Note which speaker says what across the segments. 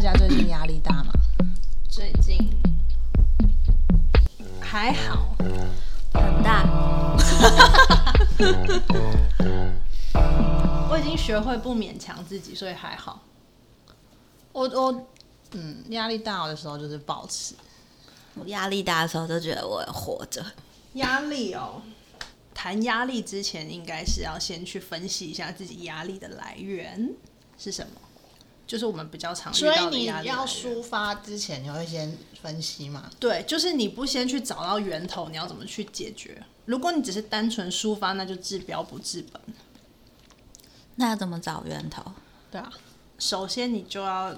Speaker 1: 家最近压力大吗？
Speaker 2: 最近还好，
Speaker 3: 很大，
Speaker 2: 我已经学会不勉强自己，所以还好。
Speaker 1: 我我嗯，压力大的时候就是暴吃，
Speaker 3: 我压力大的时候就觉得我活着。
Speaker 2: 压力哦，谈压力之前，应该是要先去分析一下自己压力的来源是什么，就是我们比较常遇
Speaker 1: 所以
Speaker 2: 到的
Speaker 1: 你
Speaker 2: 压力来
Speaker 1: 要
Speaker 2: 源
Speaker 1: 抒发之前，你会先分析嘛？
Speaker 2: 对，就是你不先去找到源头，你要怎么去解决？如果你只是单纯抒发，那就治标不治本。
Speaker 3: 那要怎么找源头？
Speaker 2: 对啊，首先你就要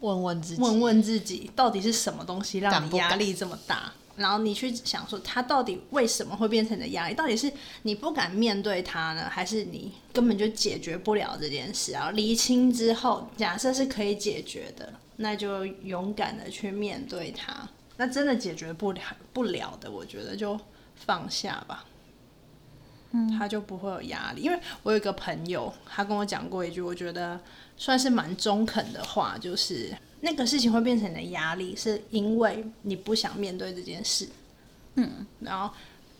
Speaker 1: 问问自己，
Speaker 2: 问问自己，到底是什么东西
Speaker 1: 敢
Speaker 2: 让
Speaker 1: 不
Speaker 2: 你压
Speaker 1: 敢
Speaker 2: 力这么大？然后你去想说，它到底为什么会变成你的压力？到底是你不敢面对它呢，还是你根本就解决不了这件事？然后厘清之后，假设是可以解决的，那就勇敢的去面对它。那真的解决不了不了的，我觉得就放下吧。
Speaker 1: 嗯
Speaker 2: 他就不会有压力。因为我有一个朋友，他跟我讲过一句，我觉得算是蛮中肯的话，就是那个事情会变成你的压力，是因为你不想面对这件事。嗯，然后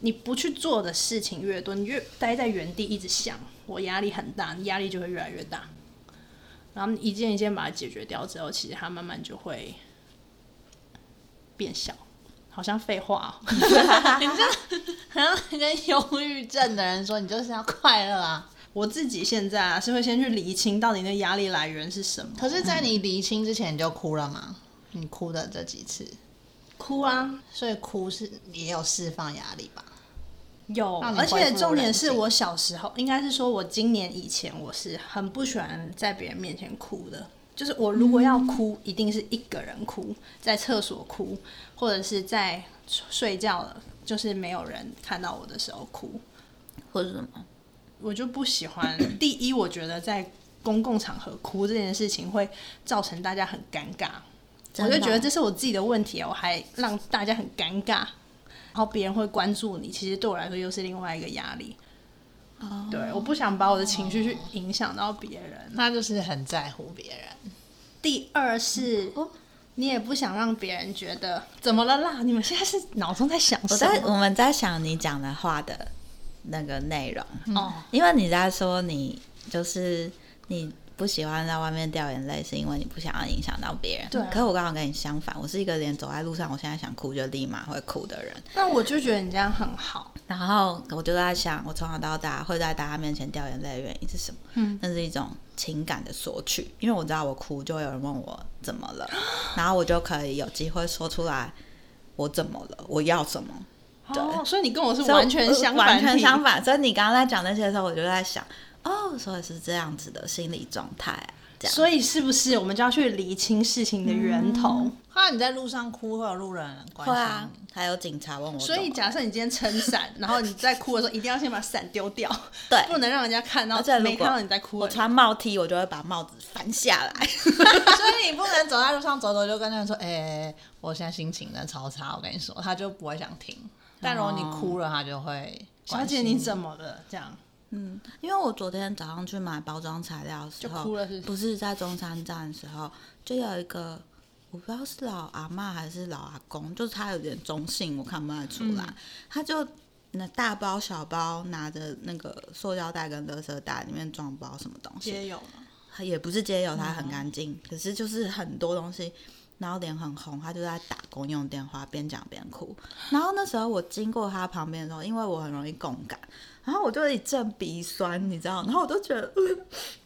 Speaker 2: 你不去做的事情越多，你越待在原地一直想，我压力很大，你压力就会越来越大。然后你一件一件把它解决掉之后，其实它慢慢就会变小。好像废话、哦，
Speaker 1: 还有人家忧郁症的人说，你就是要快乐啊。
Speaker 2: 我自己现在啊是会先去厘清到底那压力来源是什么。
Speaker 1: 可是，在你厘清之前，你就哭了吗？你哭的这几次，
Speaker 2: 哭啊，
Speaker 1: 所以哭是也有释放压力吧？
Speaker 2: 有，
Speaker 1: 让你
Speaker 2: 而且重点是
Speaker 1: 恢复冷静
Speaker 2: 我小时候，应该是说我今年以前我是很不喜欢在别人面前哭的。就是我如果要
Speaker 1: 嗯
Speaker 2: 哭，一定是一个人哭，在厕所哭，或者是在睡觉了，就是没有人看到我的时候哭。
Speaker 3: 或者什么？
Speaker 2: 我就不喜欢。第一，我觉得在公共场合哭这件事情会造成大家很尴尬，
Speaker 3: 真
Speaker 2: 我
Speaker 3: 的啊
Speaker 2: 就觉得这是我自己的问题，哦我还让大家很尴尬，然后别人会关注你，其实对我来说又是另外一个压力。
Speaker 3: 哦
Speaker 2: 对，我不想把我的情绪去影响到别人。
Speaker 1: 那就是很在乎别人。
Speaker 2: 第二
Speaker 3: 嗯
Speaker 2: 是，
Speaker 3: 哦
Speaker 2: 你也不想让别人觉得怎么了啦？你们现在是脑中在想
Speaker 3: 我
Speaker 2: 什
Speaker 3: 在
Speaker 2: 么？
Speaker 3: 我们在想你讲的话的那个内容，
Speaker 2: 哦，
Speaker 3: 因为你在说你就是你不喜欢在外面掉眼泪，是因为你不想要影响到别人。
Speaker 2: 对啊
Speaker 3: 可是我刚好跟你相反，我是一个连走在路上，我现在想哭就立马会哭的人。
Speaker 2: 那我就觉得你这样很好。
Speaker 3: 然后我就在想，我从小到大会在大家面前掉眼泪的原因是什么？嗯，那是一种情感的索取，因为我知道我哭就会有人问我怎么了，然后我就可以有机会说出来我怎么了，我要什么。
Speaker 2: 哦，所以你跟我是
Speaker 3: 所以我呃
Speaker 2: 完全相反，
Speaker 3: 完全相反。所以你刚刚在讲那些的时候，我就在想，哦，所以是这样子的心理状态啊、这样。
Speaker 2: 所以是不是我们就要去厘清事情的源头？
Speaker 3: 嗯
Speaker 1: 啊那你在路上哭，会有路人关
Speaker 3: 会
Speaker 1: 心
Speaker 3: 啊
Speaker 1: 你，
Speaker 3: 还有警察问我怎
Speaker 2: 所
Speaker 3: 么了，
Speaker 2: 以假设你今天撑伞，然后你在哭的时候，一定要先把伞丢 掉，
Speaker 3: 对
Speaker 2: 不能让人家看到
Speaker 3: 而且，如
Speaker 2: 没看
Speaker 3: 果
Speaker 2: 到你在哭
Speaker 3: 我
Speaker 2: 的人。
Speaker 3: 穿帽 T，我就会把帽子翻 下 来。
Speaker 1: 所以你不能走在路上走走就跟他说：“哎、我现在心情真的超差。”我跟你说，他就不会想听。但如果你哭了，他就会。
Speaker 2: 小姐，你怎么了？这样
Speaker 3: 因为我昨天早上去买包装材料的时候，
Speaker 2: 就哭了是不是
Speaker 3: 不是在中山站的时候，就有一个我不知道是老阿嬷还是老阿公，就是他有点中性，我看不太出
Speaker 2: 嗯
Speaker 3: 来，他就。那大包小包拿着那个塑胶袋跟垃圾袋，里面装不知道什么东西，
Speaker 2: 有吗？
Speaker 3: 也不是街友，他
Speaker 2: 嗯
Speaker 3: 很干净，可是就是很多东西，然后脸很红，他就在打公用电话，边讲边哭。然后那时候我经过他旁边的时候，因为我很容易共感，然后我就一阵鼻酸，你知道，然后我就觉得，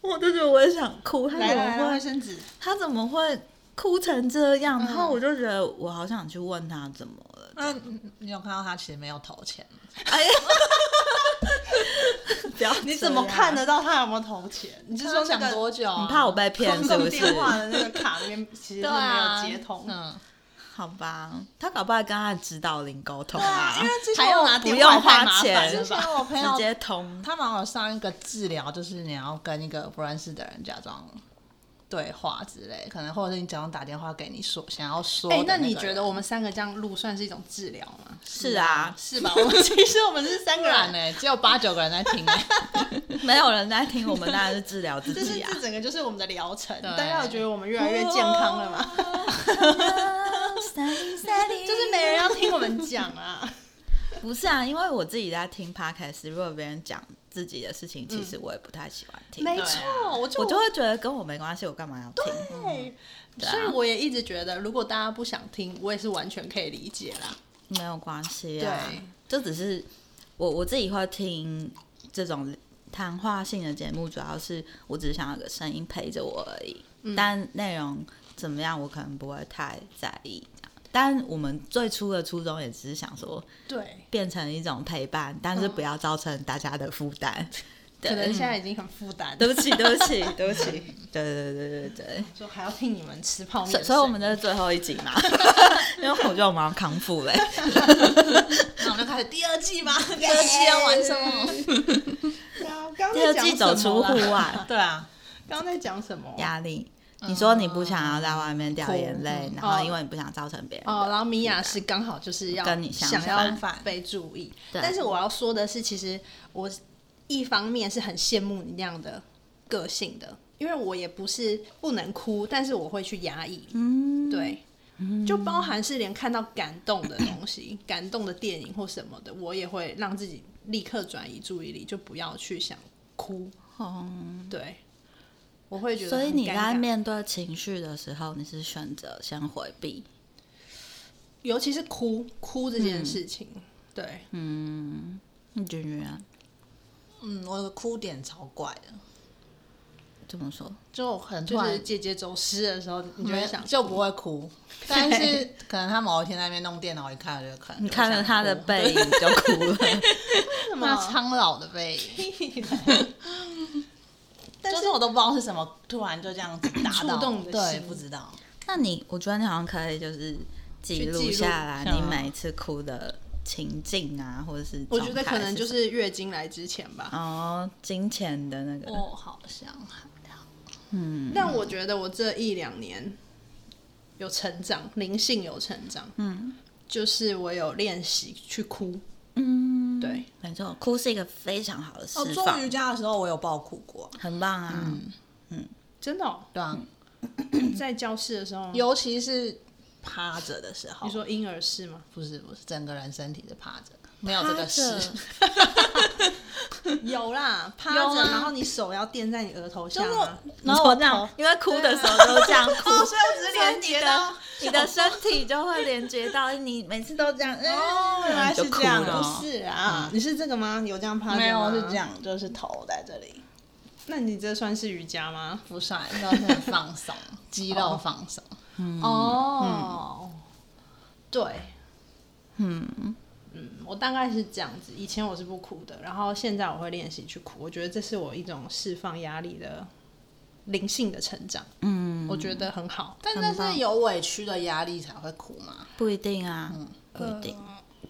Speaker 3: 我就觉得我也想哭，他
Speaker 2: 来
Speaker 3: 怎
Speaker 2: 来来，
Speaker 3: 么
Speaker 2: 卫
Speaker 3: 会，
Speaker 2: 生纸。
Speaker 3: 他怎么会哭成这样？然
Speaker 2: 嗯
Speaker 3: 后我就觉得我好想去问他怎么了，
Speaker 1: 那你有看到他其实没有投钱，
Speaker 3: 哎呀，不要
Speaker 2: 嗯 你怎么看
Speaker 3: 呢？
Speaker 2: 得到他有没有投钱？你是
Speaker 1: 就说
Speaker 2: 说那
Speaker 1: 想
Speaker 2: 个
Speaker 1: 多久、啊？
Speaker 3: 你怕我被骗
Speaker 2: 公
Speaker 3: 是不
Speaker 2: 共
Speaker 3: 是？
Speaker 2: 电话的那个卡里 面其实是
Speaker 1: 对
Speaker 2: 没有
Speaker 1: 啊
Speaker 2: 接通？
Speaker 1: 嗯，
Speaker 3: 好吧，他搞不好跟他的指导灵沟通啊，
Speaker 2: 之前
Speaker 1: 还有
Speaker 2: 我
Speaker 1: 拿
Speaker 3: 电话太麻烦了
Speaker 1: 之
Speaker 2: 之前
Speaker 1: 前我朋友
Speaker 3: 直接通。
Speaker 1: 他们有上一个治疗，就是你要跟一个不认识的人假装对话之类，可能或者是你假装打电话给你说想要说的
Speaker 2: 哎、
Speaker 1: 个人。
Speaker 2: 那你觉得我们三个这样录算是一种治疗吗？
Speaker 3: 是啊，
Speaker 2: 是啊吧？我们 其实我们是三
Speaker 1: 不
Speaker 2: 个人欸
Speaker 1: 然呢、只有八九个人在 听、欸，
Speaker 3: 没有人在听，我们当然是治疗自
Speaker 2: 这是
Speaker 3: 己啊。
Speaker 2: 这整个就是我们的疗程，
Speaker 1: 对
Speaker 2: 大家有觉得我们越来越健康了吗？啊 就是没人要听我们讲 啊。
Speaker 3: 不是啊，因为我自己在听 podcast，如果别人讲自己的事情，其实我也不太喜欢听，
Speaker 2: 没
Speaker 1: 对啊
Speaker 2: 错，我就
Speaker 3: 我就会觉啊得跟我没关系，我干嘛要听？嗯
Speaker 2: 对，所以我也一直觉得，如果大家不想听，我也是完全可以理解啦。
Speaker 3: 没有关系啊
Speaker 2: 对，
Speaker 3: 就只是我我自己会听这种谈话性的节目，主要是我只是想要有个声音陪着我而已，但内容怎么样，我可能不会太在意。但我们最初的初衷也只是想说，
Speaker 2: 对，
Speaker 3: 变成一种陪伴，但是不要造成大家的负担。 对
Speaker 2: 可能现在已经很负担，
Speaker 3: 对不起，对不起，对不起，对对对对对
Speaker 2: 就还要替你们吃泡面
Speaker 3: 所
Speaker 2: 水。
Speaker 3: 以所以我们这是最后一集嘛， 因为我觉得我们要康复嘞。
Speaker 1: 那我们就开始第二季吧。第二季要玩什 么？
Speaker 2: 啊刚
Speaker 3: 第
Speaker 2: 在
Speaker 3: 二
Speaker 2: 讲
Speaker 3: 季
Speaker 2: 什
Speaker 3: 走
Speaker 2: 么
Speaker 3: 出户
Speaker 2: 啦
Speaker 3: 外，
Speaker 1: 对啊，
Speaker 2: 刚在讲什么？
Speaker 3: 压力。你说你不想要在外面掉眼泪，然
Speaker 2: 哦
Speaker 3: 后因为你不想造成别人
Speaker 2: 哦，
Speaker 3: 的，
Speaker 2: 然后米娅是刚好就是要
Speaker 3: 跟你相
Speaker 2: 想
Speaker 3: 反
Speaker 2: 要被注意，但是我要说的是，其实我一方面是很羡慕你那样的个性的，因为我也不是不能哭，但是我会去压抑，
Speaker 3: 嗯，
Speaker 2: 对，就包含是连看到感动的东西、感动的电影或什么的，我也会让自己立刻转移注意力，就不要去想哭，
Speaker 3: 哦
Speaker 2: 对，我会觉得
Speaker 3: 所以
Speaker 2: 很
Speaker 3: 你
Speaker 2: 尴
Speaker 3: 在
Speaker 2: 尬
Speaker 3: 面对情绪的时候，你是选择先回避，
Speaker 2: 尤其是哭哭这
Speaker 3: 嗯
Speaker 2: 件事情，对。
Speaker 3: 你觉得啊？
Speaker 1: 嗯，我的哭点超怪的，
Speaker 3: 这么说？
Speaker 1: 就我很突
Speaker 2: 就
Speaker 1: 然
Speaker 2: 是姐姐走失的时候，你就
Speaker 1: 没
Speaker 2: 会
Speaker 1: 有
Speaker 2: 想，
Speaker 1: 就不会 哭，但是可能他某一天在那边弄电脑，一看我就看，
Speaker 3: 你看着他的背影就哭 了，
Speaker 2: 什
Speaker 1: 那苍老的背 影，就是我都不知道是什么，突然就这样子打
Speaker 2: 触
Speaker 1: 到，
Speaker 2: 动你的
Speaker 1: 对，
Speaker 2: 心
Speaker 1: 不知道。
Speaker 3: 那你，我觉得你好像可以就是记
Speaker 2: 去记
Speaker 3: 录
Speaker 2: 录
Speaker 3: 下来
Speaker 1: 像
Speaker 3: 你每次哭的情境啊，或者是
Speaker 2: 我觉得
Speaker 3: 状态
Speaker 2: 可能就是是月经来之前吧。
Speaker 3: 什么哦，金钱的那
Speaker 2: 哦
Speaker 3: 个，
Speaker 1: 我好像还好，
Speaker 3: 嗯
Speaker 2: 但我觉得我这一两年有成长，灵性有成长。嗯，就是我有练习去哭。
Speaker 3: 嗯，
Speaker 2: 对，
Speaker 3: 没错，哭是一个非常好的释
Speaker 1: 哦，做
Speaker 3: 放，
Speaker 1: 瑜伽的时候我有爆哭过，
Speaker 3: 很棒啊。
Speaker 2: 嗯真的哦、
Speaker 1: 对啊，
Speaker 2: 在教室的时候，
Speaker 1: 尤其是趴着的时候，
Speaker 2: 你说婴儿室吗？
Speaker 1: 不是不是，整个人身体是趴着，没有这个事，
Speaker 2: 有啦，趴
Speaker 1: 有
Speaker 2: 着，
Speaker 1: 啊
Speaker 2: 然后你手要垫在你额头下
Speaker 1: 就是
Speaker 2: 吗？
Speaker 3: 你
Speaker 1: 然后
Speaker 3: 说
Speaker 1: 我
Speaker 3: 这样
Speaker 1: 头，
Speaker 3: 因为哭的时候都这样哭，
Speaker 2: 所以啊哦我只是连
Speaker 3: 所以
Speaker 2: 接
Speaker 3: 你
Speaker 2: 到
Speaker 3: 的你的身体就会连接到你，每次都这样，
Speaker 2: 哦，
Speaker 3: 嗯
Speaker 2: 原来是这样，
Speaker 3: 就哭了哦
Speaker 2: 不是啊？你是这个吗？有这样趴着吗
Speaker 1: 没有是这。样，就是头在这里，
Speaker 2: 那你这算是瑜伽吗？
Speaker 1: 不算，就是啊很放 松，肌肉放松。
Speaker 2: 嗯哦，对，嗯嗯，我大概是这样子。以前我是不哭的，然后现在我会练习去哭。我觉得这是我一种释放压力的灵性的成长。嗯，我觉得很好。
Speaker 1: 但那是有委屈的压力才会哭嘛，
Speaker 3: 不一定啊，不一定，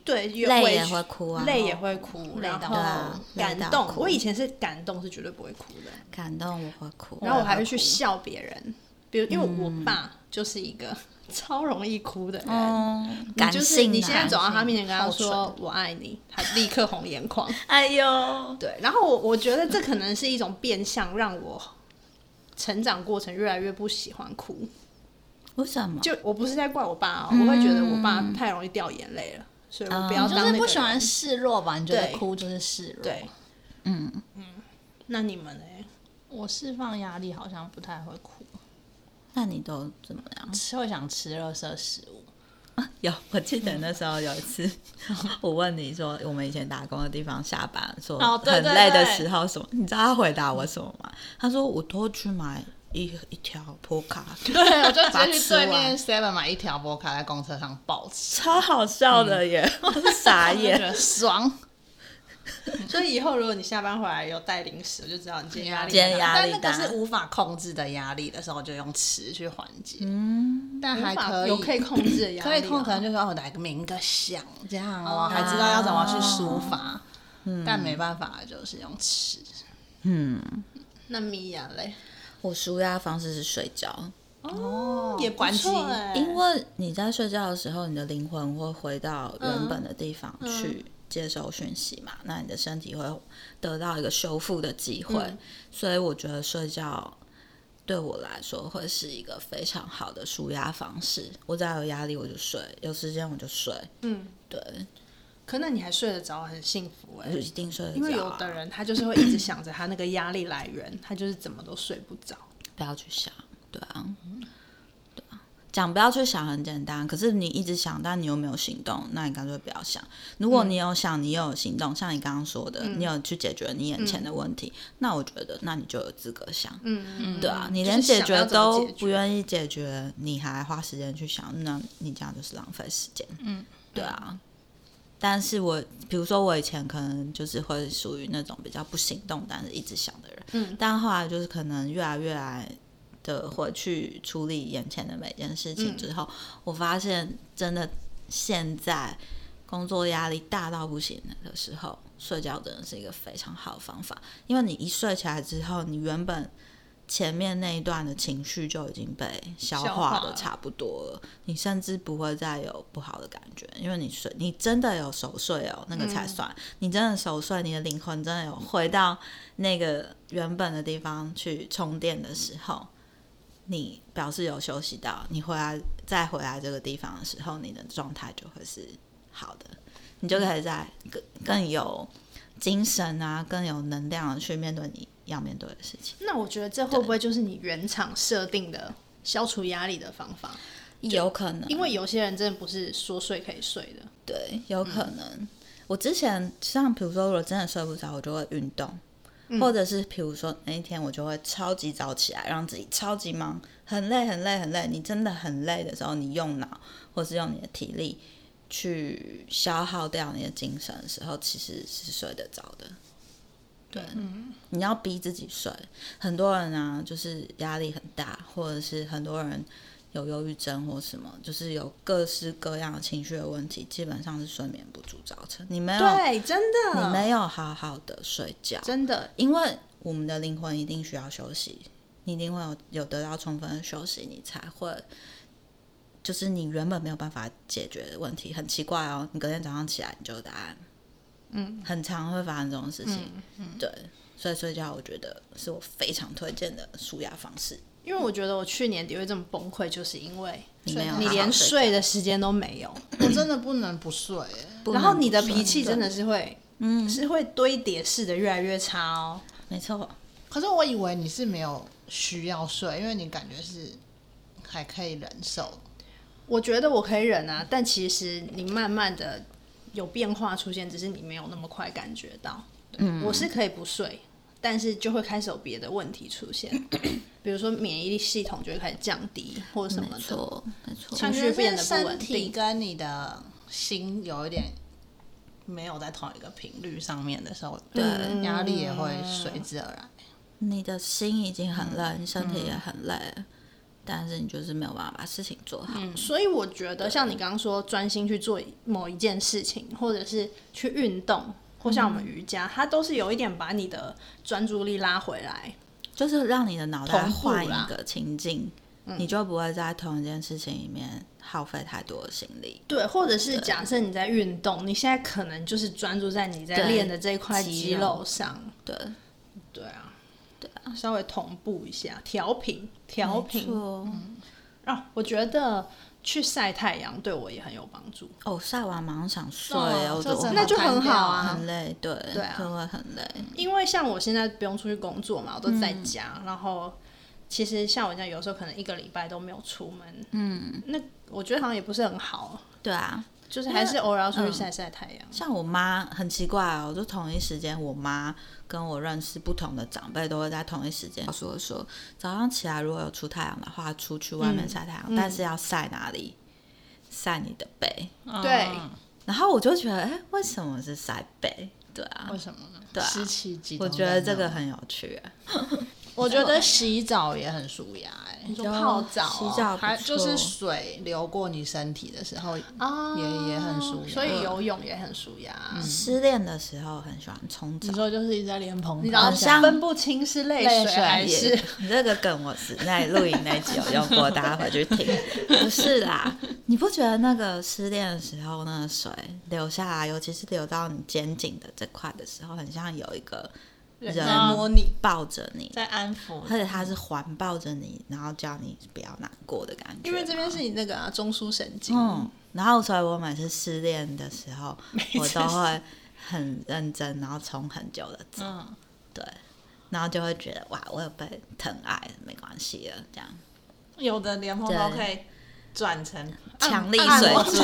Speaker 2: 对，有
Speaker 3: 累
Speaker 2: 委
Speaker 3: 也
Speaker 2: 屈
Speaker 3: 会哭啊
Speaker 2: 累也会哭，然
Speaker 1: 到
Speaker 2: 后
Speaker 1: 对
Speaker 3: 啊
Speaker 2: 感
Speaker 3: 累到
Speaker 2: 动。
Speaker 3: 哭
Speaker 2: 我以前是感动是绝对不会哭的，
Speaker 3: 感动我会哭，嗯
Speaker 2: 然后我还
Speaker 3: 会
Speaker 2: 会去笑别人，比如因为我爸就是一个 超容易哭的人。
Speaker 3: 哦，
Speaker 2: 嗯你
Speaker 3: 感
Speaker 2: 就是
Speaker 3: 性啊，
Speaker 2: 你现在走到他面前跟他
Speaker 1: 好蠢
Speaker 2: 说“我爱你”，他立刻红眼眶。
Speaker 3: 哎呦，
Speaker 2: 对，然后我我觉得这可能是一种变相，让我成长过程越来越不喜欢哭。
Speaker 3: 为什么？
Speaker 2: 就我不是在怪我爸、哦，我会觉得我爸太容易掉眼泪了，所以我不要当、
Speaker 3: 嗯
Speaker 1: 就
Speaker 2: 那
Speaker 1: 是
Speaker 2: 个
Speaker 1: 不喜
Speaker 2: 人
Speaker 1: 欢示弱吧？你觉
Speaker 2: 对
Speaker 1: 得哭就是示弱？
Speaker 2: 对，
Speaker 3: 嗯。
Speaker 2: 那你们呢？
Speaker 1: 我释放压力好像不太会哭，
Speaker 3: 那你都怎么样？
Speaker 1: 吃会想吃热色食物。
Speaker 3: 有，我记得那时候有一次， 我问你说我们以前打工的地方下班说
Speaker 1: 哦对
Speaker 3: 很
Speaker 1: 对
Speaker 3: 累的
Speaker 1: 对
Speaker 3: 时候什么，你知道他回答我什么吗？他说我都去买一一条波卡，
Speaker 1: 对，我就
Speaker 3: 把
Speaker 1: 直
Speaker 3: 它
Speaker 1: 接去
Speaker 3: 吃完
Speaker 1: 对面 Seven 买一条波卡，在公车上暴吃，
Speaker 3: 超好笑的耶，嗯我是傻
Speaker 1: 我就觉
Speaker 3: 眼。
Speaker 1: 得爽。
Speaker 2: 所以以后如果你下班回来有带零食，我就知道你今天压力
Speaker 3: 今天
Speaker 2: 很大
Speaker 3: 压
Speaker 1: 但
Speaker 3: 力
Speaker 1: 那
Speaker 3: 大
Speaker 1: 个是无法控制的压力的时候，就用吃去缓解。但还
Speaker 2: 无法
Speaker 1: 可以，
Speaker 2: 有可以控制的压力、啊
Speaker 1: 可以控，可能就是哦，来个冥个想这样，我还知道
Speaker 3: 啊
Speaker 1: 要怎么去抒发。嗯但没办法，就是用吃。
Speaker 3: 嗯，
Speaker 2: 那米娅嘞？
Speaker 3: 我舒压方式是睡觉，
Speaker 2: 哦
Speaker 1: 也关机
Speaker 2: 不错欸
Speaker 3: 因为你在睡觉的时候，你的灵魂会回到原本的地方去接收讯息嘛，那你的身体会得到一个修复的机会，
Speaker 2: 嗯
Speaker 3: 所以我觉得睡觉对我来说会是一个非常好的舒压方式。我只要有压力我就睡，有时间我就睡，
Speaker 2: 嗯，
Speaker 3: 对，
Speaker 2: 可那你还睡得着，很幸福哎、
Speaker 3: 我就一定睡得着啊、
Speaker 2: 因为有的人他就是会一直想着他那个压力来源，他就是怎么都睡不着。
Speaker 3: 不要去想，对啊，对啊，讲不要去想很简单，可是你一直想，但你又没有行动，那你干脆不要想。如果你有想，你又有行动，像你刚刚说的，
Speaker 2: 嗯
Speaker 3: 你有去解决你眼前的问题，那我觉得，那你就有资格想。
Speaker 2: 嗯嗯，
Speaker 3: 对啊，
Speaker 2: 嗯
Speaker 3: 你
Speaker 2: 就
Speaker 3: 连
Speaker 2: 是
Speaker 3: 解
Speaker 2: 想要
Speaker 3: 决
Speaker 2: 怎么
Speaker 3: 都
Speaker 2: 解
Speaker 3: 不
Speaker 2: 决
Speaker 3: 愿意解决，你还花时间去想，那你这样就是浪费时间。
Speaker 1: 嗯，
Speaker 3: 对啊。但是我比如说我以前可能就是会属于那种比较不行动，但是一直想的人。
Speaker 2: 嗯，
Speaker 3: 但后来就是可能越来越来的会去处理眼前的每件事
Speaker 2: 嗯
Speaker 3: 情之后，我发现真的现在工作压力大到不行的时候，睡觉真的是一个非常好的方法，因为你一睡起来之后，你原本前面那一段的情绪就已经被消
Speaker 2: 消
Speaker 3: 化
Speaker 2: 化
Speaker 3: 的
Speaker 2: 了
Speaker 3: 差不多了，你甚至不会再有不好的感觉，因为你睡，你真的有熟睡哦，那个才算，你真的熟睡，你的灵魂真的有回到那个原本的地方去充电的时候，你表示有休息到，你回来再回来这个地方的时候，你的状态就会是好的，你就可以在更更有精神啊，更有能量的去面对你要面对的事情。
Speaker 2: 那我觉得这会不会就是你原厂设定的消除压力的方法？
Speaker 3: 有可能，
Speaker 2: 因为有些人真的不是说睡可以睡的。
Speaker 3: 对，有可能。我之前像比如说，我真的睡不着，我就会运动，或者是比如说那一天我就会超级早起来，让自己超级忙，很累很累很累。你真的很累的时候，你用脑或是用你的体力去消耗掉你的精神的时候，其实是睡得着的。对，嗯你要逼自己睡。很多人啊，就是压力很大，或者是很多人有忧郁症或什么，就是有各式各样的情绪的问题，基本上是睡眠不足造成。你没有，
Speaker 2: 对，啊真的，
Speaker 3: 你没有好好的睡觉，
Speaker 2: 哦真的，
Speaker 3: 因为我们的灵魂一定需要休息，你一定会有有得到充分的休息，你才会。就是你原本没有办法解决的问题，很奇怪哦。你隔天早上起来你就有答案，嗯，很常会发生这种事情，
Speaker 2: 嗯
Speaker 3: 对。所以睡觉，我觉得是我非常推荐的舒压方式。
Speaker 2: 因为我觉得我去年底会这么崩溃，就是因为
Speaker 3: 你没有好好
Speaker 2: 你连
Speaker 3: 睡
Speaker 2: 睡的时间都没有，
Speaker 1: 我真的不能不睡耶，
Speaker 3: 不
Speaker 2: 然后
Speaker 3: 能
Speaker 2: 你的
Speaker 3: 不睡
Speaker 2: 脾气真的是会，嗯，是会堆叠式的越来越差哦。
Speaker 3: 没错，
Speaker 1: 可是我以为你是没有需要睡，因为你感觉是还可以忍受。
Speaker 2: 我觉得我可以忍啊，但其实你慢慢的有变化出现，只是你没有那么快感觉到。嗯，我是可以不睡，但是就会开始有别的问题出 现，比如说免疫力系统就会开始降低，或者什么
Speaker 3: 没
Speaker 2: 的。
Speaker 3: 错，没错。
Speaker 2: 情绪变得不稳
Speaker 1: 身体
Speaker 2: 定，
Speaker 1: 跟你的心有一点没有在同一个频率上面的时候，对压力也会随之而来。
Speaker 3: 你的心已经很
Speaker 2: 嗯
Speaker 3: 累，你身体也很累，但是你就是没有办法把事情做好。
Speaker 2: 所以我觉得像你刚刚说，专心去做某一件事情，或者是去运动，或像我
Speaker 3: 嗯
Speaker 2: 们瑜伽，它都是有一点把你的专注力拉回来。
Speaker 3: 就是让你的脑袋
Speaker 2: 同步
Speaker 3: 换
Speaker 2: 啦嗯
Speaker 3: 一个情境，你就不会在同一件事情里面耗费太多的心力。
Speaker 2: 对，或者是假设你在运动，你现在可能就是专注在你在
Speaker 3: 对
Speaker 2: 练的这一块
Speaker 3: 肌
Speaker 2: 肌
Speaker 3: 肉
Speaker 2: 肉上，
Speaker 3: 对，
Speaker 2: 对啊，对 啊，稍微同步一下，调频，调
Speaker 3: 没
Speaker 2: 频
Speaker 3: 错。
Speaker 2: 啊，我觉得去晒太阳对我也很有帮助。
Speaker 3: 哦，晒完马上想睡，
Speaker 1: 哦
Speaker 2: 啊
Speaker 3: 我
Speaker 1: 这
Speaker 3: 我
Speaker 1: 真
Speaker 2: 那就很好啊
Speaker 3: 很累，对，对
Speaker 2: 啊
Speaker 3: 就会很累。
Speaker 2: 因为像我现在不用出去工作嘛，我都在家，
Speaker 3: 嗯
Speaker 2: 然后其实像我这样，有时候可能一个礼拜都没有出门，嗯，那我觉得好像也不是很好，
Speaker 3: 对啊，
Speaker 2: 就是还是偶尔要出去晒晒太阳。
Speaker 3: 像我妈很奇怪哦，就同一时间，我妈跟我认识不同的长辈都会在同一时间告诉我说，早上起来如果有出太阳的话，出去外面晒太阳，
Speaker 2: 嗯
Speaker 3: 但是要晒哪里？晒你的背。
Speaker 2: 对
Speaker 1: 嗯
Speaker 3: 然后我就觉得，哎，为什么是晒背？对啊，
Speaker 1: 为什么呢？
Speaker 3: 对啊
Speaker 1: 湿气集中
Speaker 3: 我
Speaker 1: 在
Speaker 3: 觉
Speaker 1: 那，
Speaker 3: 得这个很有趣。
Speaker 1: 我觉得洗澡也很舒压、哎，你说
Speaker 3: 有
Speaker 1: 泡澡哦、
Speaker 3: 洗澡不
Speaker 1: 还就是
Speaker 3: 错
Speaker 1: 水流过你身体的时候，
Speaker 3: 哦
Speaker 2: 啊
Speaker 1: 也也很舒压
Speaker 2: 所以游泳也很舒压。
Speaker 3: 失恋的时候很喜欢冲澡
Speaker 1: 你，说就是一直在莲蓬头
Speaker 2: 你知道
Speaker 1: 上，
Speaker 3: 好像
Speaker 2: 分不清是泪
Speaker 1: 泪
Speaker 2: 水
Speaker 1: 水
Speaker 2: 还
Speaker 1: 也
Speaker 2: 是
Speaker 3: 你这个梗我是在录影那集有用过，大家回去听。 不是啦，你不觉得那个失恋的时候，那个水流下来，尤其是流到你肩颈的这块的时候，很像有一个人
Speaker 1: 在
Speaker 2: 摸你。
Speaker 3: 抱着你，
Speaker 1: 在安抚
Speaker 3: 而且它是环抱着你，然后叫你不要难过的感觉。
Speaker 2: 因为这边是你那个啊中枢神 经，
Speaker 3: 嗯，然后所以我每次失恋的时 候，我
Speaker 2: 次
Speaker 3: 都会很认真，然后冲很久的澡，
Speaker 1: 嗯
Speaker 3: 对，然后就会觉得哇，我有被疼爱了，没关系了，这样。
Speaker 1: 有的莲蓬头
Speaker 3: 对
Speaker 1: 可以转成
Speaker 3: 强力
Speaker 1: 按
Speaker 3: 水
Speaker 1: 摩
Speaker 3: 柱，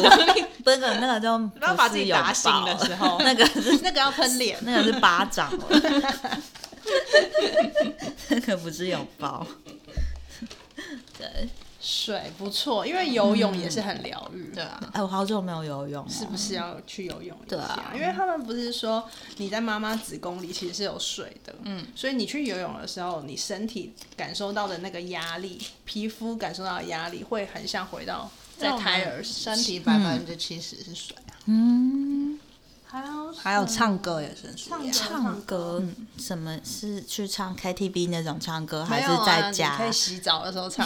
Speaker 3: 不是那个就
Speaker 1: 然后
Speaker 3: 不
Speaker 1: 把自
Speaker 3: 是
Speaker 1: 己
Speaker 3: 拥
Speaker 1: 打醒
Speaker 3: 抱
Speaker 1: 的时候
Speaker 3: 那个是
Speaker 1: 那个要喷脸，
Speaker 3: 那个是巴掌哦，那个不是拥抱。对，
Speaker 2: 水不错，因为游泳也是很疗愈。
Speaker 1: 对啊，
Speaker 3: 哎，我好久没有游泳了，
Speaker 2: 是不是要去游泳一下？
Speaker 3: 对啊
Speaker 2: 因为他们不是说你在妈妈子宫里其实是有水的，嗯，所以你去游泳的时候，你身体感受到的那个压力，皮肤感受到的压力，会很像回到在胎儿时期
Speaker 1: 身体百分之七十是水啊，
Speaker 3: 嗯，
Speaker 2: 还有
Speaker 1: 还有唱歌也是很舒压
Speaker 2: 唱
Speaker 3: 唱歌什么是去唱 KTV 那种唱歌，还
Speaker 2: 没
Speaker 3: 是
Speaker 2: 有啊
Speaker 3: 在家
Speaker 2: 你？可以洗澡的时候唱。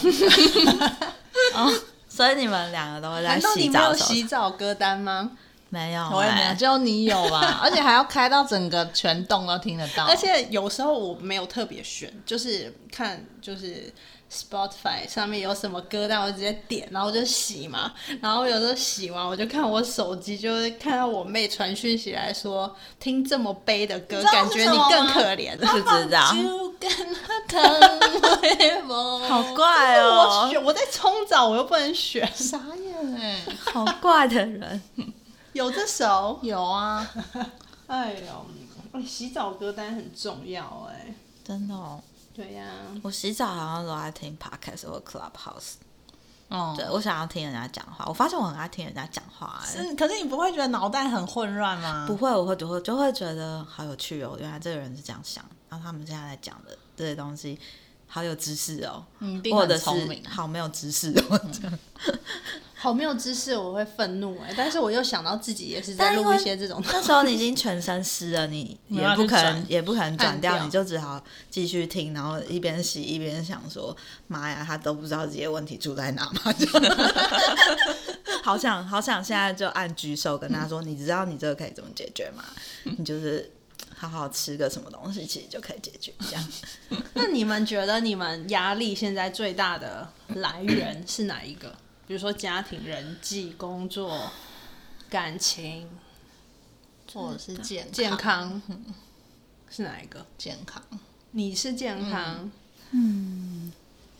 Speaker 3: 哦，所以你们两个都会在
Speaker 2: 难道你
Speaker 3: 洗
Speaker 2: 没
Speaker 3: 澡
Speaker 2: 有
Speaker 3: 的时候
Speaker 2: 洗澡歌单吗？
Speaker 3: 没有
Speaker 1: 我也没有，
Speaker 3: 哎，
Speaker 1: 只有你有吧？ 而且还要开到整个全栋都听得到，
Speaker 2: 而且有时候我没有特别选，就是看就是 Spotify 上面有什么歌单，我直接点，然后我就洗嘛。然后有时候洗完，我就看我手机，就是看到我妹传讯息来说，听这么悲的歌，
Speaker 1: 知道
Speaker 2: 感觉你更可怜。
Speaker 3: 不知道，
Speaker 1: 就跟他疼为我，
Speaker 3: 好怪
Speaker 2: 我
Speaker 3: 哦，
Speaker 2: 选我在冲澡，我又不能选。
Speaker 1: 傻眼哎、
Speaker 3: 好怪的人。
Speaker 2: 有这首，
Speaker 1: 有啊，
Speaker 2: 哎呦，哎洗澡歌单很重要哎、
Speaker 3: 真的、哦，
Speaker 2: 对呀、
Speaker 3: 我洗澡好像都爱听 podcast 或 clubhouse。
Speaker 1: 哦、
Speaker 3: 对，我想要听人家讲话。我发现我很爱听人家讲话、哎，
Speaker 1: 嗯是，可是你不会觉得脑袋很混乱吗？
Speaker 3: 不，会，我会就会就会觉得好有趣哦，原来这个人是这样想，然后他们现在在讲的这些东西好有知识哦，
Speaker 1: 嗯你一定
Speaker 3: 或
Speaker 1: 很
Speaker 3: 者
Speaker 1: 聪明啊
Speaker 3: 是。好没有知识哦。这样
Speaker 2: 好没有知识，我会愤怒哎、但是我又想到自己也是在
Speaker 3: 但因
Speaker 2: 录
Speaker 3: 为
Speaker 2: 一些这种
Speaker 3: 那时候你已经全身湿 了，你
Speaker 1: 没
Speaker 3: 也
Speaker 2: 啊
Speaker 1: 办法
Speaker 3: 不
Speaker 1: 去
Speaker 3: 可能
Speaker 1: 转
Speaker 3: 也不可能转
Speaker 2: 按
Speaker 3: 掉，
Speaker 2: 掉
Speaker 3: 你就只好继续听，然后一边洗一边想说，妈呀，他都不知道自己的问题出在哪 嘛，就好想好想现在就按举手跟他说，你知道你这个可以怎么解决吗？
Speaker 2: 嗯
Speaker 3: 你就是好好吃个什么东西，其实就可以解决这 样。
Speaker 2: 那你们觉得你们压力现在最大的来源是哪一个？比如说家庭、人际、工作、感情、
Speaker 1: 或者是健
Speaker 2: 健康，嗯是哪一个？
Speaker 1: 健康，
Speaker 2: 你是健康，嗯，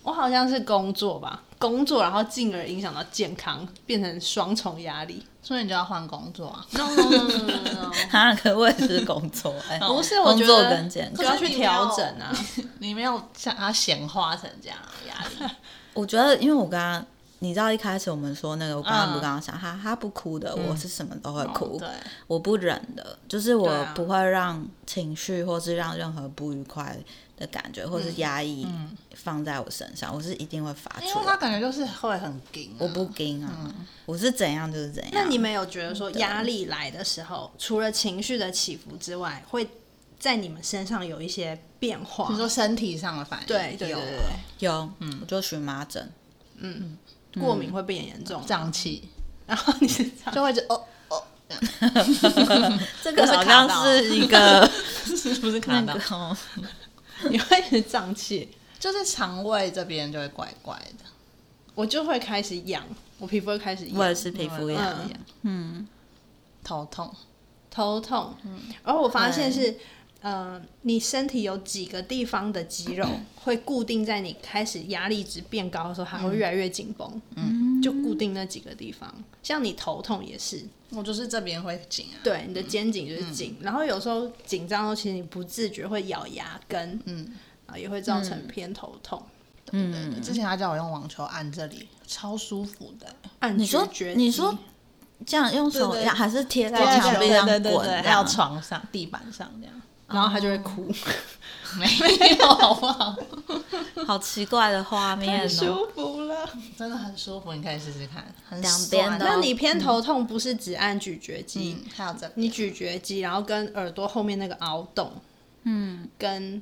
Speaker 2: 我好像是工作吧，工作，然后进而影响到健康，变成双重压力。
Speaker 1: 所以你就要换工作啊。
Speaker 2: No no no no no, no, no.
Speaker 1: 哦
Speaker 3: 哈，可我也是工作，哎、
Speaker 2: 不是，我
Speaker 3: 工
Speaker 2: 觉
Speaker 3: 作
Speaker 2: 得
Speaker 3: 跟健
Speaker 2: 就
Speaker 3: 康。
Speaker 2: 要去调整啊。
Speaker 1: 你没有像他显化成这样啊压 力，
Speaker 3: 我觉得，因为我刚刚。你知道一开始我们说那个，我刚刚不
Speaker 1: 嗯
Speaker 3: 刚刚想，他他不哭的，
Speaker 2: 嗯
Speaker 3: 我是什么都会
Speaker 2: 哦
Speaker 3: 哭。
Speaker 1: 对，
Speaker 3: 我不忍的，就是
Speaker 2: 对
Speaker 3: 我
Speaker 2: 啊
Speaker 3: 不会让情绪或是让任何不愉快的感觉或是压抑放在我身上，我是一定会发
Speaker 1: 嗯因
Speaker 3: 出
Speaker 1: 为他嗯
Speaker 3: 来。
Speaker 1: 感觉就是会很硬、
Speaker 3: 我不惊啊，我是怎样就是怎样。
Speaker 2: 那你们有觉得说压力来的时候，除了情绪的起伏之外，会在你们身上有一些变化？
Speaker 1: 你说身体上的反应，
Speaker 2: 对对对
Speaker 1: 有
Speaker 2: 对对
Speaker 3: 有，
Speaker 1: 嗯
Speaker 3: 我就荨麻疹，
Speaker 2: 过敏会变严重，
Speaker 1: 嗯胀气，
Speaker 2: 然后你是这样
Speaker 1: 就会一直哦哦，
Speaker 3: 这
Speaker 1: 个
Speaker 3: 个
Speaker 1: 是
Speaker 3: 好
Speaker 1: 卡
Speaker 3: 像
Speaker 1: 到
Speaker 3: 是 一个
Speaker 1: 是不是
Speaker 3: 那
Speaker 1: 看到？
Speaker 3: 个哦，
Speaker 2: 你会一直胀气，
Speaker 1: 就是肠胃这边就会怪怪的。
Speaker 2: 我就会开始痒，我皮肤会开始
Speaker 3: 我也
Speaker 2: 痒，
Speaker 3: 是皮肤炎。
Speaker 2: 嗯
Speaker 1: 头痛，
Speaker 2: 头痛。然后我发现是，呃，你身体有几个地方的肌肉会固定在你开始压力值变高的时候，还会越来越紧绷，嗯，就固定那几个地方。像你头痛也是，
Speaker 1: 我就是这边会紧啊。
Speaker 2: 对，你的肩颈就是紧，然后有时候紧张的时候，其实你不自觉会咬牙根，嗯，啊，也会造成偏头痛。
Speaker 1: 对嗯
Speaker 3: 嗯
Speaker 1: 对对，之前他叫我用网球按这里，超舒服的。
Speaker 2: 按
Speaker 3: 你说
Speaker 2: 咀嚼
Speaker 3: 你
Speaker 2: 肌
Speaker 3: 说这样用手
Speaker 1: 对对
Speaker 3: 压还是贴在
Speaker 1: 对
Speaker 3: 墙壁
Speaker 1: 对
Speaker 3: 上
Speaker 1: 对
Speaker 3: 滚
Speaker 1: 对
Speaker 3: 这
Speaker 1: 对，
Speaker 3: 样？
Speaker 1: 还有床上、地板上这样。
Speaker 2: 然后他就会 哭。
Speaker 1: 没有啊好不 好？
Speaker 3: 好奇怪的 画面哦。
Speaker 2: 服了。
Speaker 1: 真的很舒服，你可以试试看，很
Speaker 3: 两边
Speaker 1: 酸
Speaker 3: 的
Speaker 2: 那你偏头痛不是只按咀嚼肌，
Speaker 1: 嗯，还有这边
Speaker 2: 你咀嚼肌，然后跟耳朵后面那个凹洞，嗯，跟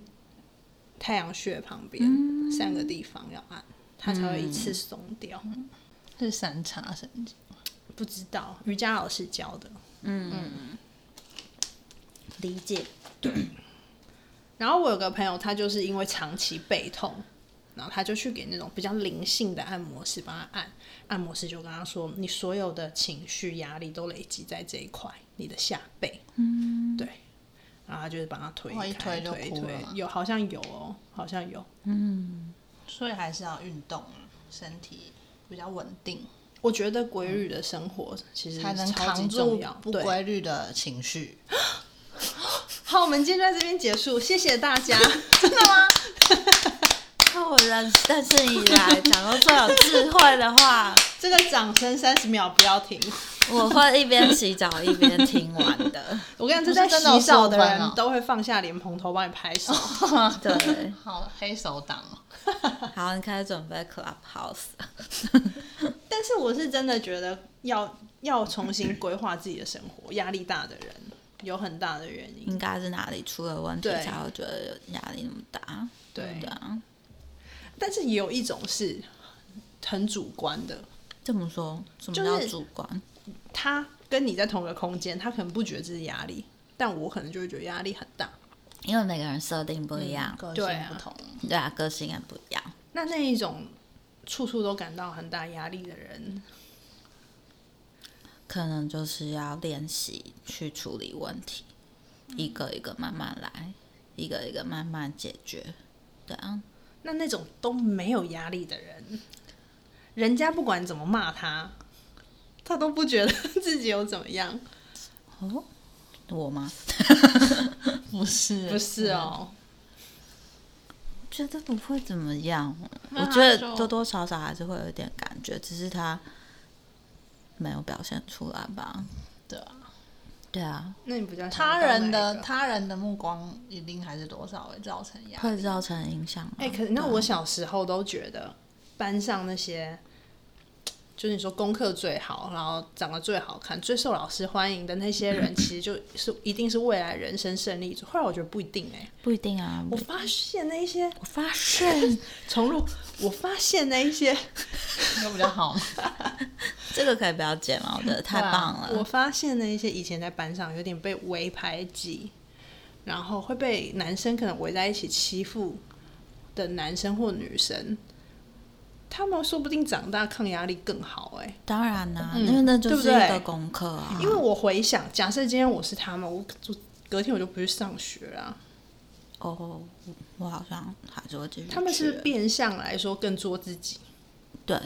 Speaker 2: 太阳穴旁边、三个地方要按，它才会一次松掉。
Speaker 1: 是三叉神经，
Speaker 2: 不知道瑜伽老师教的。
Speaker 1: 嗯
Speaker 3: 理解。
Speaker 2: 然后我有个朋友，他就是因为长期背痛，然后他就去给那种比较灵性的按摩师帮他按，按摩师就跟他说，你所有的情绪压力都累积在这一块，你的下背，嗯，对，然后他就是帮他推
Speaker 1: 哇哦
Speaker 2: 开，
Speaker 1: 一推就
Speaker 2: 推
Speaker 1: 哭了
Speaker 2: 推
Speaker 1: 吗
Speaker 2: 有好像有哦，好像有，
Speaker 1: 所以还是要运动，啊身体比较稳定，
Speaker 2: 我觉得规律的生活其
Speaker 1: 嗯
Speaker 2: 实
Speaker 1: 才能
Speaker 2: 嗯超级
Speaker 1: 扛
Speaker 2: 重
Speaker 1: 住
Speaker 2: 要，
Speaker 1: 不
Speaker 2: 对。
Speaker 1: 规律的情绪。
Speaker 2: 好，我们今天就在这边结束，谢谢大 家。
Speaker 3: 看我人认识以来讲过最有智慧的话，
Speaker 2: 这个掌声三十秒不要停。
Speaker 3: 我会一边洗澡一边听完 的。
Speaker 2: 我跟你
Speaker 1: 不是
Speaker 2: 讲，这在
Speaker 1: 真的有
Speaker 2: 洗澡的
Speaker 1: 十五分
Speaker 2: 人
Speaker 1: 哦
Speaker 2: 都会放下脸盆头帮你拍 手。
Speaker 3: 对，
Speaker 1: 好，黑手党哦，
Speaker 3: 好，你开始准备 Clubhouse。
Speaker 2: 但是我是真的觉得要要重新规划自己的生活，压力大的人有很大的原因。
Speaker 1: 嗯
Speaker 3: 应该是哪里出了问题
Speaker 2: 对
Speaker 3: 才会觉得有压力那么大？
Speaker 2: 对
Speaker 3: 对啊，
Speaker 2: 但是也有一种是很主观的，
Speaker 3: 这么说，什么
Speaker 2: 就
Speaker 3: 叫
Speaker 2: 是
Speaker 3: 主观？
Speaker 2: 他跟你在同一个空间，他可能不觉得这是压力，但我可能就会觉得压力很大。
Speaker 3: 因为每个人设定不一样，
Speaker 1: 个
Speaker 2: 对
Speaker 1: 性
Speaker 2: 啊
Speaker 1: 不同，
Speaker 3: 对啊，个性也不一样。
Speaker 2: 那那一种处处都感到很大压力的人，
Speaker 3: 可能就是要练习去处理问题，
Speaker 2: 嗯
Speaker 3: 一个一个慢慢来，一个一个慢慢解决。对啊，
Speaker 2: 那那种都没有压力的人，人家不管怎么骂他，他都不觉得自己有怎么样。哦
Speaker 3: 我吗？
Speaker 1: 不是
Speaker 2: 不是，哦，
Speaker 3: 觉得不会怎么样，
Speaker 1: 那
Speaker 3: 我
Speaker 1: 他
Speaker 3: 觉得
Speaker 1: 就
Speaker 3: 多多少少还是会有一点感觉，只是他没有表现出来吧。
Speaker 1: 对啊，
Speaker 3: 对啊，
Speaker 2: 那你比较想要
Speaker 1: 他
Speaker 2: 当
Speaker 1: 人
Speaker 2: 哪一
Speaker 1: 的
Speaker 2: 个
Speaker 1: 他人的目光一定还是多少会造成压力。
Speaker 3: 会造成影响啊吗。
Speaker 2: 哎、可是那我小时候都觉得班上那些，就是你说功课最好，然后长得最好看、最受老师欢迎的那些 人，其实就是一定是未来人生胜利者。后来我觉得不一定哎、
Speaker 3: 不一定啊，
Speaker 2: 我
Speaker 3: 我
Speaker 2: 发现那一些
Speaker 3: 我发现
Speaker 2: 重录，我发现那一些，
Speaker 1: 有比较好吗？
Speaker 3: 这个可以不要剪吗？我觉得太
Speaker 1: 对啊
Speaker 3: 棒了。
Speaker 2: 我发现那一些以前在班上有点被围排挤，然后会被男生可能围在一起欺负的男生或女生。他们说不定长大抗压力更好哎、
Speaker 3: 当然啦、因为那就
Speaker 2: 对不
Speaker 3: 是一
Speaker 2: 对
Speaker 3: 个功课啊。
Speaker 2: 因为我回想，假设今天我是他们，我就隔天我就不去上学啊啦。
Speaker 3: 哦，我好像还是会继续去。
Speaker 2: 他们是不是变相来说更做自己，
Speaker 3: 对，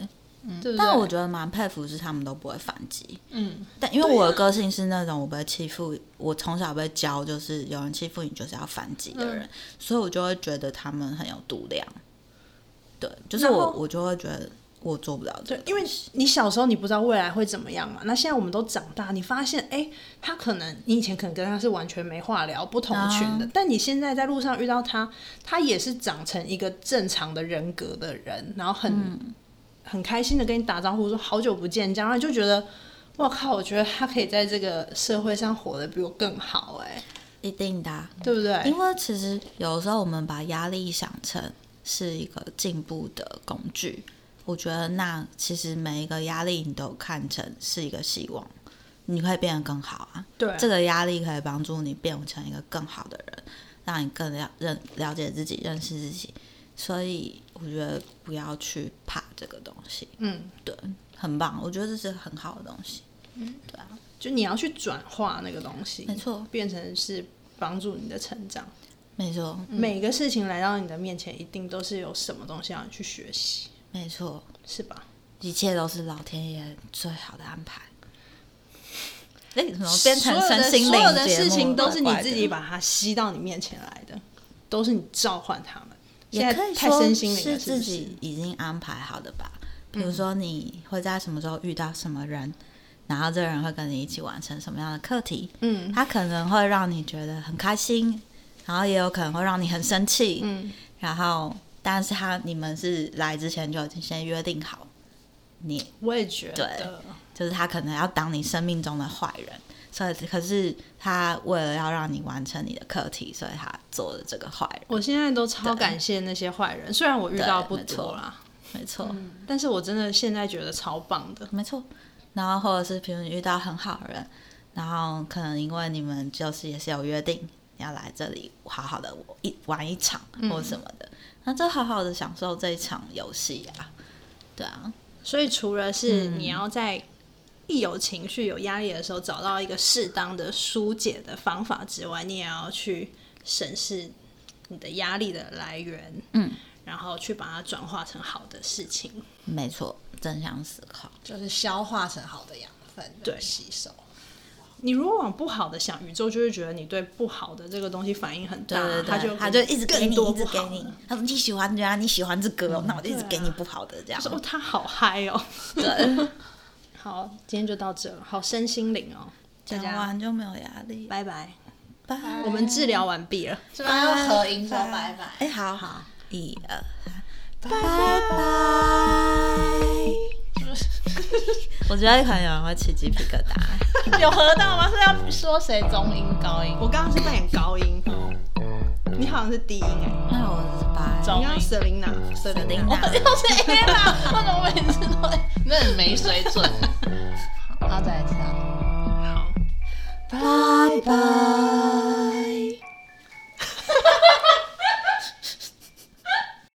Speaker 2: 对不对？
Speaker 3: 嗯但我觉得蛮佩服是他们都不会反击。
Speaker 2: 嗯，
Speaker 3: 但因为我的个性是那种我被欺负，我从小被教就是有人欺负你就是要反击的
Speaker 2: 嗯
Speaker 3: 人，所以我就会觉得他们很有度量。对，就是
Speaker 2: 然后
Speaker 3: 我我就会觉得我做不了这
Speaker 2: 对
Speaker 3: 个，，
Speaker 2: 因为你小时候你不知道未来会怎么样嘛。那现在我们都长大，你发现，哎，他可能你以前可能跟他是完全没话聊、不同群的，
Speaker 3: 啊
Speaker 2: 但你现在在路上遇到他，他也是长成一个正常的人格的人，然后很、
Speaker 3: 嗯
Speaker 2: 很开心的跟你打招呼，说好久不见，这样，然后你就觉得，哇靠，我觉得他可以在这个社会上活得比我更好、哎。
Speaker 3: 一定的啊、
Speaker 2: 对不对？
Speaker 3: 因为其实有时候我们把压力想成是一个进步的工具，我觉得那其实每一个压力你都看成是一个希望，你可以变得更好啊。
Speaker 2: 对
Speaker 3: 这个压力可以帮助你变成一个更好的人，让你更了认了解自己、认识自己。所以我觉得不要去怕这个东西，
Speaker 2: 嗯，
Speaker 3: 对，很棒，我觉得这是很好的东西，
Speaker 2: 就你要去转化那个东西，
Speaker 3: 没错，
Speaker 2: 变成是帮助你的成长。
Speaker 3: 没错，
Speaker 2: 每个事情来到你的面前，一定都是有什么东西让你去学习，
Speaker 3: 没错，
Speaker 2: 是吧？
Speaker 3: 一切都是老天爷最好的安排。 哎，怎么变成身心
Speaker 2: 所
Speaker 3: 灵
Speaker 2: 有的
Speaker 3: 节目
Speaker 2: 事情都是你
Speaker 3: 怪怪的
Speaker 2: 自己把它吸到你面前来的，都是你召唤他们。现在
Speaker 3: 也可以
Speaker 2: 太
Speaker 3: 说
Speaker 2: 身心灵了，是
Speaker 3: 自
Speaker 2: 不
Speaker 3: 己
Speaker 2: 是？嗯
Speaker 3: 已经安排好的吧。比如说你会在什么时候遇到什么人，然后这个人会跟你一起完成什么样的课题，
Speaker 2: 嗯，
Speaker 3: 他可能会让你觉得很开心，然后也有可能会让你很生气，
Speaker 2: 嗯，
Speaker 3: 然后但是他你们是来之前就已经先约定好，你
Speaker 2: 我也觉得
Speaker 3: 对，就是他可能要当你生命中的坏人，所以可是他为了要让你完成你的课题，所以他做了这个坏人，
Speaker 2: 我现在都超感谢那些坏人，虽然我遇到不多啦，
Speaker 3: 没错，
Speaker 2: 嗯但是我真的现在觉得超棒的。
Speaker 3: 没错。然后或者是比如你遇到很好的人，然后可能因为你们就是也是有约定要来这里好好的一玩一场
Speaker 2: 嗯
Speaker 3: 或什么的，那就好好的享受这一场游戏啊，对啊，
Speaker 2: 所以除了是
Speaker 3: 嗯
Speaker 2: 你要在一有情绪、有压力的时候找到一个适当的疏解的方法之外，你也要去审视你的压力的来源，
Speaker 3: 嗯，
Speaker 2: 然后去把它转化成好的事情。
Speaker 3: 没错，正向思考。
Speaker 1: 就是消化成好的养分，对，吸收。
Speaker 2: 你如果往不好的想，宇宙就会觉得你对不好的这个东西反应很
Speaker 3: 对
Speaker 2: 大，
Speaker 3: 对对，
Speaker 2: 它就
Speaker 3: 他就一直给
Speaker 2: 更
Speaker 3: 你，
Speaker 2: 多
Speaker 3: 一
Speaker 2: 不
Speaker 3: 直给
Speaker 2: 好
Speaker 3: 你。他说你喜欢原来你喜欢这歌哦，那我就一直
Speaker 2: 对啊
Speaker 3: 给你不好的这样
Speaker 2: 他。说哦，他好嗨哦。
Speaker 3: 对，
Speaker 2: 好，今天就到这了，好身心灵哦，大
Speaker 3: 讲
Speaker 2: 家
Speaker 3: 完就没有压力。
Speaker 2: 拜拜，
Speaker 3: 拜，
Speaker 2: 我们治疗完毕了。
Speaker 1: 是不是要合音说拜拜？
Speaker 3: 哎，好好，一二，三，拜拜。我觉得可能有人会起鸡皮疙瘩。
Speaker 1: 有合到吗？是要说谁中音高音？
Speaker 2: 我刚刚是扮演高音，你好像是低音哎，
Speaker 3: 那我是拜，
Speaker 1: 中
Speaker 2: 你刚刚 Selina
Speaker 3: 的
Speaker 2: Selina，
Speaker 3: 叮当。
Speaker 1: 又是 A 啦，为什么每次都会？那很没水准。好，再来一次啊！